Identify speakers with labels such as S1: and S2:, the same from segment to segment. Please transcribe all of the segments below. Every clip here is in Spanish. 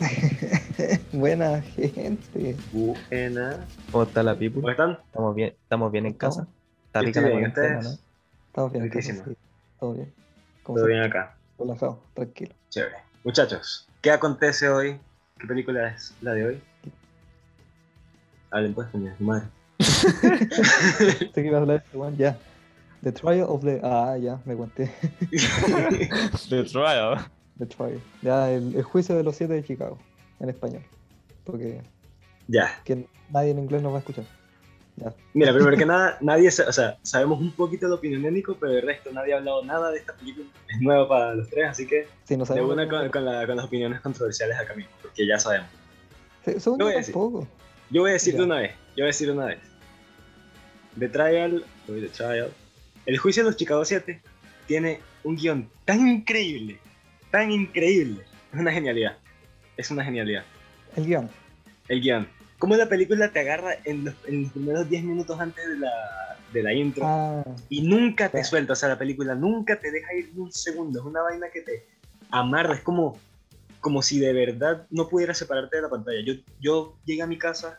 S1: Buena gente.
S2: Buena.
S3: ¿Cómo está la people?
S2: ¿Cómo están?
S3: ¿Estamos bien, estamos bien en casa? ¿Está
S2: Yo
S3: rica
S2: estoy
S3: la
S2: bien,
S3: cuarentena, no?
S2: ¿ustedes?
S1: Estamos bien. Carlos,
S2: Riquísimo.
S1: sí. Todo bien. Como
S2: Todo
S1: siempre,
S2: bien acá.
S1: relajado, tranquilo.
S2: Chévere. Muchachos, ¿qué acontece hoy? ¿Qué película es la de hoy? Hablen pues, coño, madre.
S1: Sé que iba a hablar de este weón, ya. The Trial of the. Ah, ya, me aguanté.
S3: The Trial.
S1: The Trial. Ya, el, el juicio de los siete de Chicago, en español. Porque
S2: ya.
S1: que nadie en inglés nos va a escuchar. Ya.
S2: Mira, primero que nada, nadie, sa- o sea, sabemos un poquito de opinión de Nico, pero el resto nadie ha hablado nada de esta película. Es nueva para los tres, así que
S1: Si no
S2: de
S1: sabemos.
S2: una con, con la- con las opiniones controversiales acá mismo, porque ya sabemos.
S1: Sí, según
S2: Lo
S1: yo
S2: voy a decir.
S1: tampoco.
S2: Yo voy a decir de
S1: Ya.
S2: una vez, yo voy a decir de una vez. The Trial, uy, The Trial. El juicio de los Chicago 7 tiene un guión tan increíble, tan increíble. Es una genialidad, es una genialidad.
S1: El guión.
S2: El guión. Cómo la película te agarra en los, en los primeros 10 minutos antes de la, de la intro
S1: Ah,
S2: y nunca te
S1: Ya.
S2: suelta, o sea, la película nunca te deja ir ni un segundo, es una vaina que te amarra, es como, como si de verdad no pudieras separarte de la pantalla. Yo, yo llegué a mi casa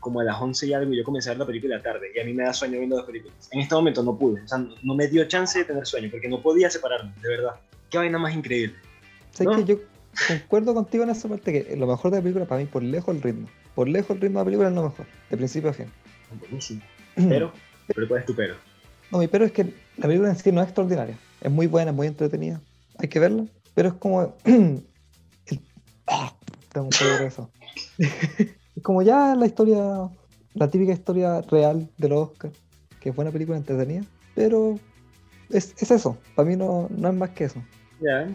S2: como a las 11 y algo y yo comencé a ver la película tarde y a mí me da sueño viendo las películas. En este momento no pude, o sea, no no me dio chance de tener sueño porque no podía separarme, de verdad. Qué vaina más increíble.
S1: sé
S2: No.
S1: que yo concuerdo contigo en esa parte que lo mejor de la película para mí, por lejos el ritmo. Por lejos el ritmo de la película es lo mejor, de principio a fin.
S2: Buenísimo.
S3: Mm.
S2: Pero, pero ¿cuál es tu pero?
S1: No, mi pero es que la película en sí no es extraordinaria. Es muy buena, es muy entretenida. Hay que verla. Pero es como. el- ah, tengo un poco de eso. es como ya la historia. La típica historia real de los Oscars. Que es buena película entretenida. Pero es, es eso. Para mí no, no es más que eso.
S2: Ya,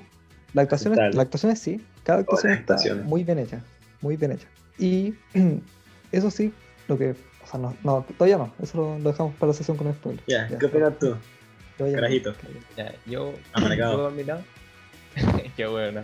S1: La actuación,
S2: Dale.
S1: es, la actuación es sí, cada actuación
S2: las
S1: está
S2: actuaciones.
S1: muy bien hecha, muy bien hecha. Y eso sí, lo que, o sea, no, no, todavía no, eso lo, lo dejamos para la sesión con el spoiler.
S2: ya,
S1: Ya,
S2: ¿qué opinas tú?
S1: que vaya bien.
S2: carajito?
S3: Ya, yo.
S2: Amargado.
S3: yo a mi lado. Qué bueno.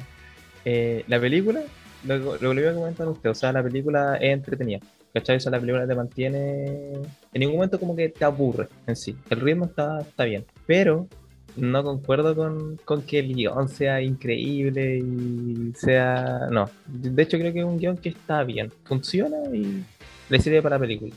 S3: Eh, la película, lo, lo que le iba a comentar a usted, o sea, la película es entretenida. ¿Cachai? O sea, la película te mantiene. En ningún momento como que te aburre en sí. El ritmo está, está bien. Pero no concuerdo con, con que el guión sea increíble y sea. No. De hecho, creo que es un guión que está bien. Funciona y le sirve para la película.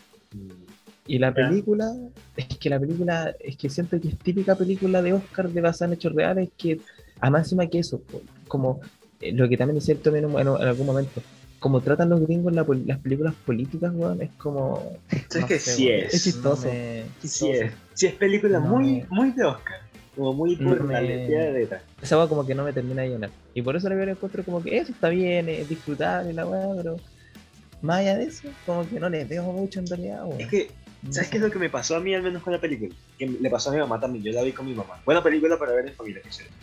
S3: Y la
S2: Ya.
S3: película, es que la película, es que siento que es típica película de Oscar de basada en hechos reales, que a máxima que eso, po, como eh, lo que también es cierto en, un- en un- en algún momento, como tratan los gringos la pol- las películas políticas, weón, es como...
S2: Es
S3: no
S2: que
S3: sé,
S2: sí
S3: weón,
S2: es.
S1: Es chistoso.
S3: no me-
S2: Sí es, sí es película
S3: No
S2: muy,
S3: me-
S2: muy de Oscar, como muy
S3: No
S2: por
S3: me-
S2: la identidad de Beta.
S3: esa weá como que no me termina de llenar. Y por eso la película encuentro como que eso está bien, es disfrutable la weá, pero más allá de eso, como que no le veo mucho en realidad, weón.
S2: Es que, ¿sabes qué es lo que me pasó a mí al menos con la película? Que le pasó a mi mamá también, yo la vi con mi mamá. Buena película para ver en familia, por cierto.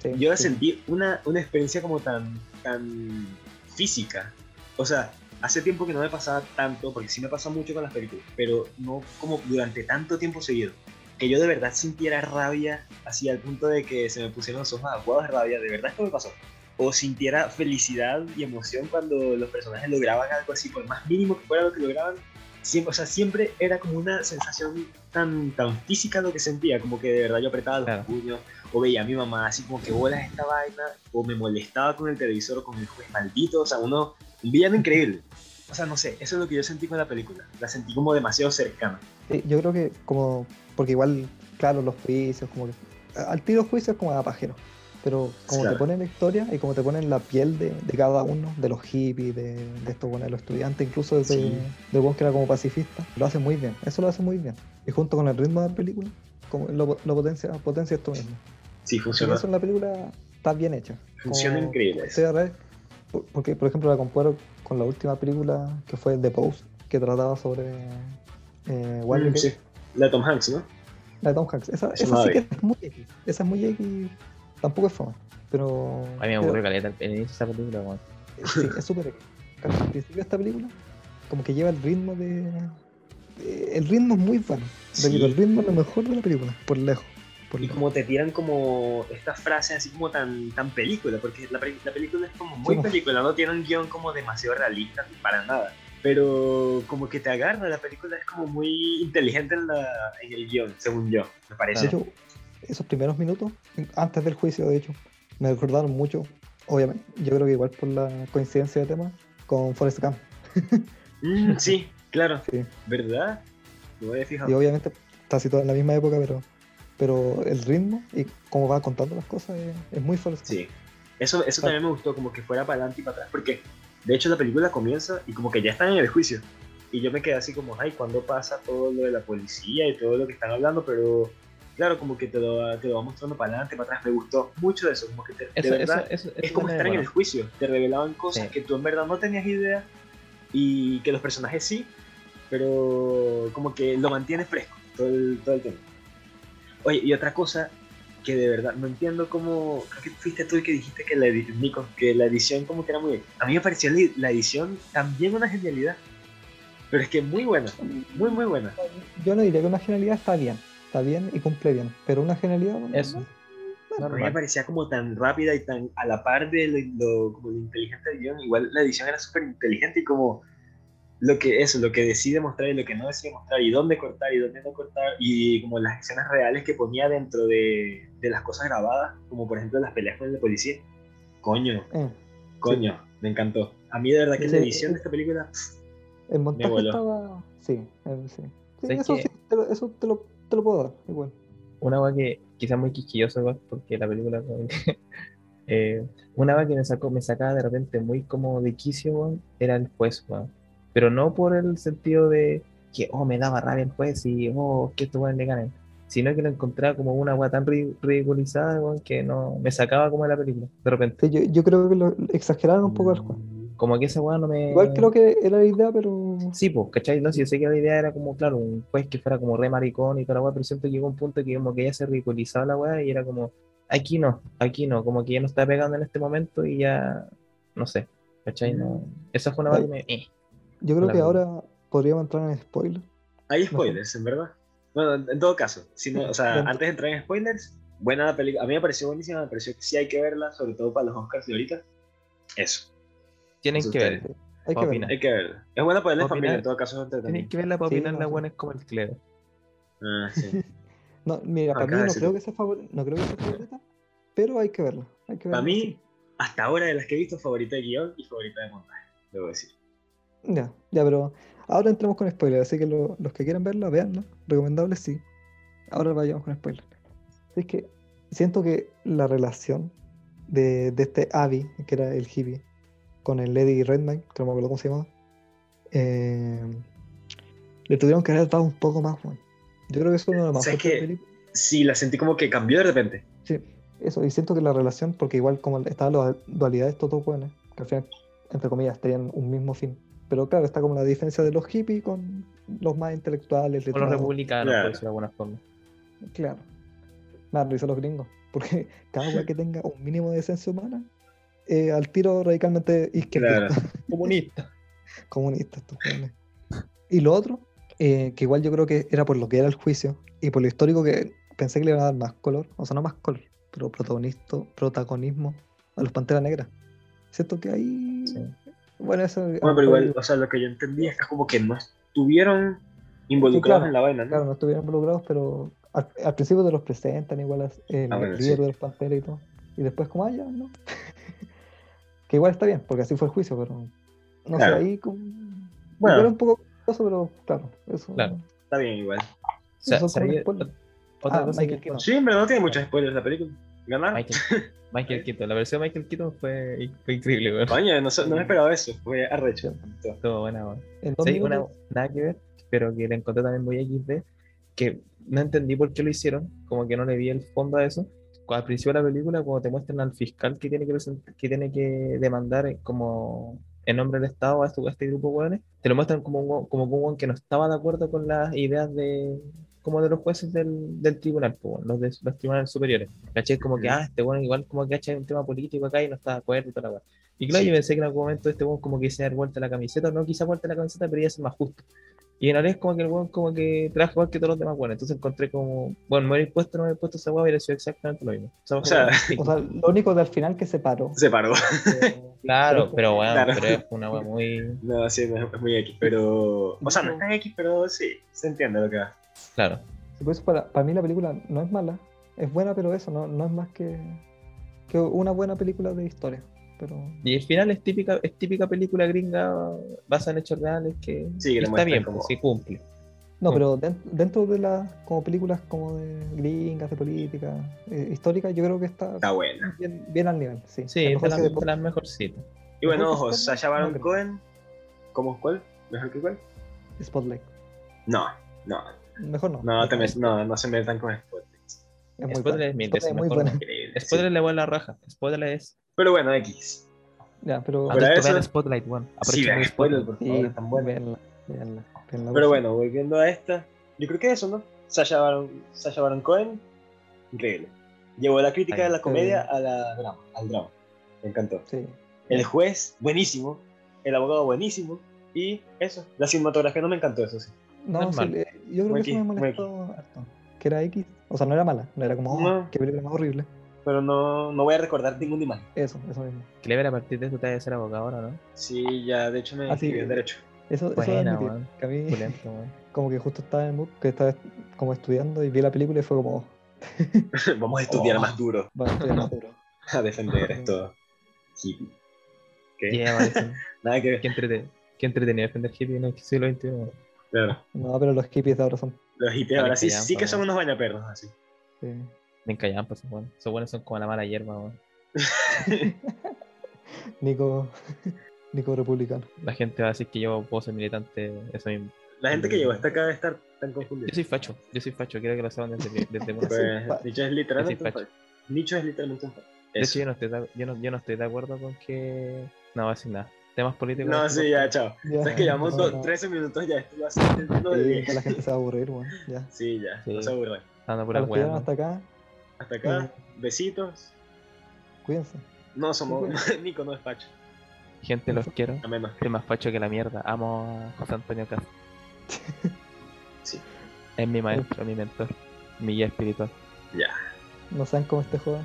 S1: Sí,
S2: Yo la
S1: sí.
S2: sentí una, una experiencia como tan, tan física. O sea, hace tiempo que no me pasaba tanto, porque sí me pasa mucho con las películas, pero no como durante tanto tiempo seguido. Que yo de verdad sintiera rabia, así al punto de que se me pusieron los ojos aguados de rabia, de verdad esto me pasó. O sintiera felicidad y emoción cuando los personajes lograban algo así, por más mínimo que fuera lo que lograban. Siempre, o sea, siempre era como una sensación tan, tan física lo que sentía, como que de verdad yo apretaba los
S3: Claro.
S2: puños, o veía a mi mamá así como que bolas esta vaina, o me molestaba con el televisor o con el juez maldito, o sea, uno, un villano increíble. O sea, no sé, eso es lo que yo sentí con la película, la sentí como demasiado cercana.
S1: Sí, Eh, yo creo que como, porque igual, claro, los juicios, como que, al tiro juicios como a pajero, pero como
S2: Claro.
S1: te ponen la historia y como te ponen la piel de, de cada uno, de los hippies, de, de estos, bueno, de los estudiantes, incluso de,
S2: Sí.
S1: de vos que era como pacifista, lo hace muy bien, eso lo hace muy bien. Y junto con el ritmo de la película, como lo, lo potencia, potencia esto mismo.
S2: Sí,
S1: Y
S2: funcionó.
S1: eso en la película está bien hecho.
S2: Funciona
S1: Como-
S2: increíble eso.
S1: Sí, al revés. Por- Porque, por ejemplo, la comparo con la última película que fue The Post, que trataba sobre eh,
S2: Mm,
S1: Watergate,
S2: sí. La de Tom Hanks, ¿no?
S1: la de Tom Hanks. Esa,
S2: Esa
S1: esa
S2: no la
S1: sí que es muy X. Esa es muy X. Tampoco es fama. Pero.
S3: A mí me
S1: pero- eh,
S3: aburre caleta el inicio de esa película, weón.
S1: Sí, es súper X. Al principio de esta película, como que lleva el ritmo de. de- el ritmo es muy bueno.
S2: Sí.
S1: Repito, El ritmo es lo mejor de la película, por lejos. Por
S2: Y
S1: lejos.
S2: como te tiran como estas frases así como tan, tan película, porque la, peli- la película es como muy
S1: Sí.
S2: película, no tiene un guión como demasiado realista para nada. Pero como que te agarra, la película es como muy inteligente en, la, en el guión, según yo, me
S1: De
S2: parece.
S1: hecho, esos primeros minutos, antes del juicio, de hecho, me recordaron mucho obviamente, yo creo que igual por la coincidencia de temas, con Forrest Gump.
S2: Mm, sí, claro.
S1: Sí.
S2: ¿Verdad? Lo voy a fijar.
S1: Y obviamente está situado en la misma época, pero, pero el ritmo y cómo va contando las cosas es, es muy Forrest Gump.
S2: Sí. Eso, eso también me gustó, como que fuera para adelante y para atrás. Porque, de hecho, la película comienza y como que ya están en el juicio. Y yo me quedé así como, ay, ¿cuándo pasa todo lo de la policía y todo lo que están hablando? Pero, claro, como que te lo, va- te lo va mostrando para adelante, para atrás. Me gustó mucho eso. Como que te-
S3: Eso,
S2: de
S3: eso-
S2: verdad,
S3: eso-
S2: es
S3: eso
S2: como
S3: también
S2: estar en el
S3: bueno.
S2: juicio. Te revelaban cosas
S3: Sí.
S2: que tú en verdad no tenías idea y que los personajes sí, pero como que lo mantienes fresco todo el, todo el tiempo. Oye, y otra cosa que de verdad no entiendo cómo. Creo que fuiste tú el que dijiste que la, edi- Nico, que la edición como que era muy. A mí me pareció la- la edición también una genialidad. Pero es que muy buena, muy, muy buena.
S1: Yo no diría que una genialidad está bien, está bien y cumple bien, pero una genialidad... bueno,
S3: Eso.
S2: A mí me
S3: Normal.
S2: parecía como tan rápida y tan a la par de lo, lo- como lo inteligente del guión. Igual la edición era súper inteligente y como lo que eso, lo que decide mostrar y lo que no decide mostrar y dónde cortar y dónde no cortar y como las escenas reales que ponía dentro de, de las cosas grabadas, como por ejemplo las peleas con el policía. Coño,
S1: Eh,
S2: coño, me encantó. A mí de verdad que
S1: Sí,
S2: la
S1: sí.
S2: edición de esta película, pff,
S1: el montaje
S2: voló.
S1: estaba... Sí, eh, sí. Sí,
S3: ¿Sabes
S1: eso
S3: qué?
S1: sí, te lo- eso te lo, te lo puedo dar, igual.
S3: una agua que quizás muy quisquilloso igual, porque la película como que- eh, una agua que me sacó me sacaba de repente muy como de quicio weón, era el juez weón. pero no por el sentido de que oh me daba rabia el juez y oh que estos weones le ganen sino que lo encontraba como una agua tan ri- ridiculizada weón, que no me sacaba como de la película de repente
S1: Sí, yo, yo creo que lo exageraron un poco al juego.
S3: como que esa weá no me
S1: Igual creo que era la idea, pero...
S3: Sí, pues, ¿cachai? No, si yo sé que la idea era como, claro, un juez que fuera como re maricón y toda la weá, pero siento que llegó un punto que como que ya se ridiculizaba la weá y era como, aquí no, aquí no, como que ya no está pegando en este momento y ya, no sé, ¿cachai? No,
S1: Mm.
S3: esa fue una weá que me... eh.
S1: Yo creo
S3: La
S1: que
S3: verdad.
S1: ahora podríamos entrar en spoiler.
S2: hay spoilers, en verdad. Bueno, en- en todo caso, si no, o sea,
S1: Dentro-
S2: antes de entrar en spoilers, buena la película. A mí me pareció buenísima, me pareció que sí hay que verla, sobre todo para los Oscars de ahorita. Eso,
S3: Tienen
S2: Eso
S3: que
S2: ustedes.
S3: ver,
S1: Hay que
S3: Opina.
S1: ver.
S2: hay que verla. Es buena para la
S3: Opinar.
S2: familia, en todo caso es entretenida.
S3: tienen que verla para
S1: Sí,
S3: opinar,
S1: no,
S3: la
S1: sí.
S3: weá es como el clero.
S2: Ah, sí.
S1: No, mira,
S2: No,
S1: para mí
S2: cada
S1: no
S2: vez se
S1: creo,
S2: te-
S1: que sea favor- no creo que sea favorita, pero hay que verla. Hay que verla
S2: Para mí,
S1: sí.
S2: hasta ahora de las que he visto, favorita de guión y favorita de montaje, debo decir.
S1: Ya, ya, pero ahora entramos con spoiler, así que lo- los que quieran verla, veanla. Recomendable, sí. Ahora vayamos con spoiler. Es que siento que la relación de, de este Abby, que era el hippie, con el Lady Redman, que no me acuerdo cómo se llamaba, eh, le tuvieron que haber dado un poco más, weón. Yo creo que eso es uno de los más
S2: ¿Sabes
S1: fuertes de
S2: qué?
S1: la película.
S2: Sí, la sentí como que cambió de repente.
S1: Sí, eso, y siento que la relación, porque igual como estaban las dualidades de estos dos buenos, que al final, entre comillas, tenían un mismo fin. Pero claro, está como la diferencia de los hippies con los más intelectuales,
S3: O los
S1: letrados.
S3: republicanos,
S2: Claro.
S3: por decirlo de alguna forma.
S1: Claro. Más lo dicen los gringos. Porque cada weá que tenga un mínimo de decencia humana, eh, al tiro radicalmente izquierdista,
S2: Claro.
S3: Comunista.
S1: comunista, estos weones. Y lo otro, eh, que igual yo creo que era por lo que era el juicio y por lo histórico que pensé que le iban a dar más color, o sea, no más color, pero protagonista, protagonismo a los Panteras Negras. ¿Cierto que ahí...
S3: Sí.
S1: Bueno, eso... a lo
S2: Bueno,
S1: mejor
S2: pero igual,
S1: yo-
S2: o sea, lo que yo entendí es que como que no estuvieron involucrados
S1: claro,
S2: en la vaina, ¿no?
S1: Claro, no estuvieron involucrados, pero al, al principio te los presentan igual as- eh, el,
S2: Ah, bueno,
S1: líder
S2: sí.
S1: de los Panteras y todo. Y después como, ah, ya, ¿no? que igual está bien, porque así fue el juicio, pero... No
S2: Claro.
S1: sé, ahí como...
S2: Bueno.
S1: Era un poco... curioso, Pero claro, eso...
S3: Claro.
S2: Está bien igual.
S3: O sea,
S1: Eso fue un
S3: ¿sabía?
S1: spoiler.
S3: Otra
S1: Ah,
S3: cosa
S1: Michael
S3: que...
S1: Keaton.
S2: Sí, en verdad no tiene muchos spoilers la película. ¿Ganar?
S3: Michael, Michael Keaton, la versión de Michael Keaton fue, fue increíble, weón.
S2: Coño, no, sé- no me esperaba eso. Fue arrecho.
S3: Estuvo buena, weón.
S1: En dos
S3: Sí,
S1: minutos-
S3: una- nada que ver, pero que la encontré también muy XD, que no entendí por qué lo hicieron, como que no le vi el fondo a eso. Cu- Al principio de la película, cuando te muestran al fiscal que tiene que, present- que, tiene que demandar eh, como en nombre del Estado a, esto- a este grupo de hueones, te lo muestran como un, hue- como un hueón que no estaba de acuerdo con las ideas de como de los jueces del, del tribunal, po, weón, los de los tribunales superiores. ¿Cachai? Como que,
S2: Ujú.
S3: ah, este bueno igual como que cacha un tema político acá y no está de acuerdo y toda la weá. Y claro,
S2: Sí.
S3: yo pensé que en algún momento este weón como que quise dar vuelta a la camiseta, no quise dar vuelta a la camiseta, pero iba a ser más justo. Y en realidad es como que el weón como que trabaja igual que todos los demás weones. Entonces encontré como, bueno, me hubiera puesto, no me hubiera puesto esa weá, hubiera sido exactamente lo mismo.
S2: O sea,
S1: O sea, lo único del final que se paró.
S2: Se paró.
S3: claro, pero bueno,
S2: Claro.
S3: pero es una weá muy,
S2: No, sí, no, es muy X, pero. O sea, no es tan X, pero sí, se entiende lo que va.
S3: claro.
S1: Por eso para, para mí la película no es mala, es buena, pero eso no, no es más que, que una buena película de historia. pero.
S3: Y el final es típica, es típica película gringa basada en hechos reales que,
S2: Sí, que le
S3: está
S2: muestran
S3: bien,
S2: como-
S3: pues, sí cumple.
S1: No,
S3: Mm.
S1: pero den- dentro de las como películas como de gringas, de política, eh, histórica, yo creo que está
S2: Está buena.
S1: bien, bien al nivel, sí.
S3: Ah. Sí,
S1: A lo
S3: es
S1: mejor
S3: de las
S1: se le po-
S3: de las mejorcitas.
S2: Y
S1: Mejor
S2: bueno,
S1: que
S2: ojo,
S1: Spotlight,
S2: Sasha Baron
S1: no creo.
S2: Cohen. ¿Cómo cuál? ¿Mejor que cuál?
S1: Spotlight.
S2: No, no,
S1: Mejor no.
S2: no, te me- no, no se metan con Spotlight.
S1: Es muy
S3: Spoiler es
S1: buena.
S3: mi
S1: Spotlight es muy buena.
S2: Increíble, sí.
S3: Spoiler le voy a la raja. Spoiler es.
S2: Pero bueno, X.
S1: Ya, pero.
S3: A
S2: Pero
S3: ver,
S2: eso-
S3: vean Spotlight, weón.
S2: Sí,
S3: Aprovechen
S2: vean
S3: el
S2: Spoiler, por favor,
S1: Sí,
S2: es tan buena.
S1: véanla, véanla, véanla,
S2: Pero
S1: por
S2: bueno, volviendo a esta, yo creo que eso, ¿no? Sasha Baron, Sacha Baron Cohen, increíble. Llevó la crítica
S3: Ahí
S2: de la
S1: está
S2: comedia a la drama, al drama. Me encantó.
S1: Sí.
S2: El juez, buenísimo. El abogado, buenísimo. Y eso, la cinematografía no me encantó, eso sí.
S1: No, sí,
S3: Normal.
S1: le- yo creo
S2: Muy
S1: que eso me
S2: X, muy
S1: molestó harto. Que era X. O sea, no era mala, no era como, oh,
S2: No.
S1: qué película más horrible.
S2: Pero no, no voy a recordar ninguna imagen.
S1: Eso, eso mismo.
S3: Clever, a partir de esto te vas a ser abogado ahora, ¿no?
S2: Sí, ya, de hecho me
S1: Ah, sí.
S2: inscribí en derecho.
S1: Eso, eso
S3: Buena,
S1: de admitir,
S3: weón.
S1: que a mí,
S3: Pulento, weón.
S1: como que justo estaba en el mood, que estaba como estudiando y vi la película y fue como, oh,
S2: Vamos a estudiar
S3: Oh.
S2: más duro,
S1: va a estudiar más duro.
S2: a defender esto. Hippie. ¿Qué?
S3: Yeah, parece.
S2: Nada que ver.
S3: Qué entrete- qué entretenido defender hippie en el siglo XXI. weón.
S2: Claro.
S1: No, pero los hippies de ahora son.
S2: Los hippies ahora sí,
S3: Callan,
S2: sí que pues, son
S3: por
S2: unos bañaperros, así.
S1: sí.
S3: Me encallan, pues, weón. Esos buenos son como la mala hierba, weón.
S1: Nico, Nico republicano.
S3: La gente va a decir que yo puedo ser militante, eso mismo.
S2: La gente que llegó hasta acá debe estar tan confundida.
S3: Yo soy facho, yo soy facho, quiero que lo sepan desde, desde una-
S1: Pues-
S2: Pues, Nicho es literalmente
S3: Yo
S2: un
S3: soy
S2: facho. Nicho es literalmente un facho.
S3: De hecho,
S2: Eso.
S3: yo no, estoy de, yo, no, yo no estoy de acuerdo con que. No, va a decir nada. Temas políticos.
S2: No, sí, ya, chao.
S1: Ya,
S2: Sabes que llevamos
S1: no,
S2: do-
S1: no.
S2: 13 minutos ya, esto va a ser el uno de
S1: Sí,
S2: diez.
S1: la gente se va a aburrir, weón. Ya.
S2: Sí, ya,
S3: Sí.
S2: no se aburran.
S3: Anda
S1: Para
S3: pura
S1: los que llegaron
S3: weón.
S1: hasta acá,
S2: Hasta acá, besitos.
S1: cuídense.
S2: No somos, Nico no es facho,
S3: Gente, los quiero.
S2: a menos que
S3: Soy más facho que la mierda. Amo a José Antonio Castro.
S2: Sí.
S3: Es mi maestro, mi mentor, mi guía espiritual.
S2: ya.
S1: No saben cómo este joven.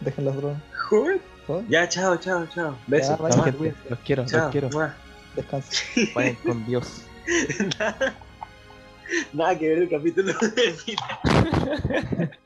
S1: Dejen las drogas.
S2: Joder.
S1: Joven,
S2: Ya, chao, chao, chao. Besos.
S1: vaya,
S3: No,
S2: Mua,
S1: vaya.
S3: gente, los quiero,
S2: Chao.
S3: los quiero.
S2: mua.
S1: descansa.
S3: Vayan con Dios.
S2: Nada que ver el capítulo de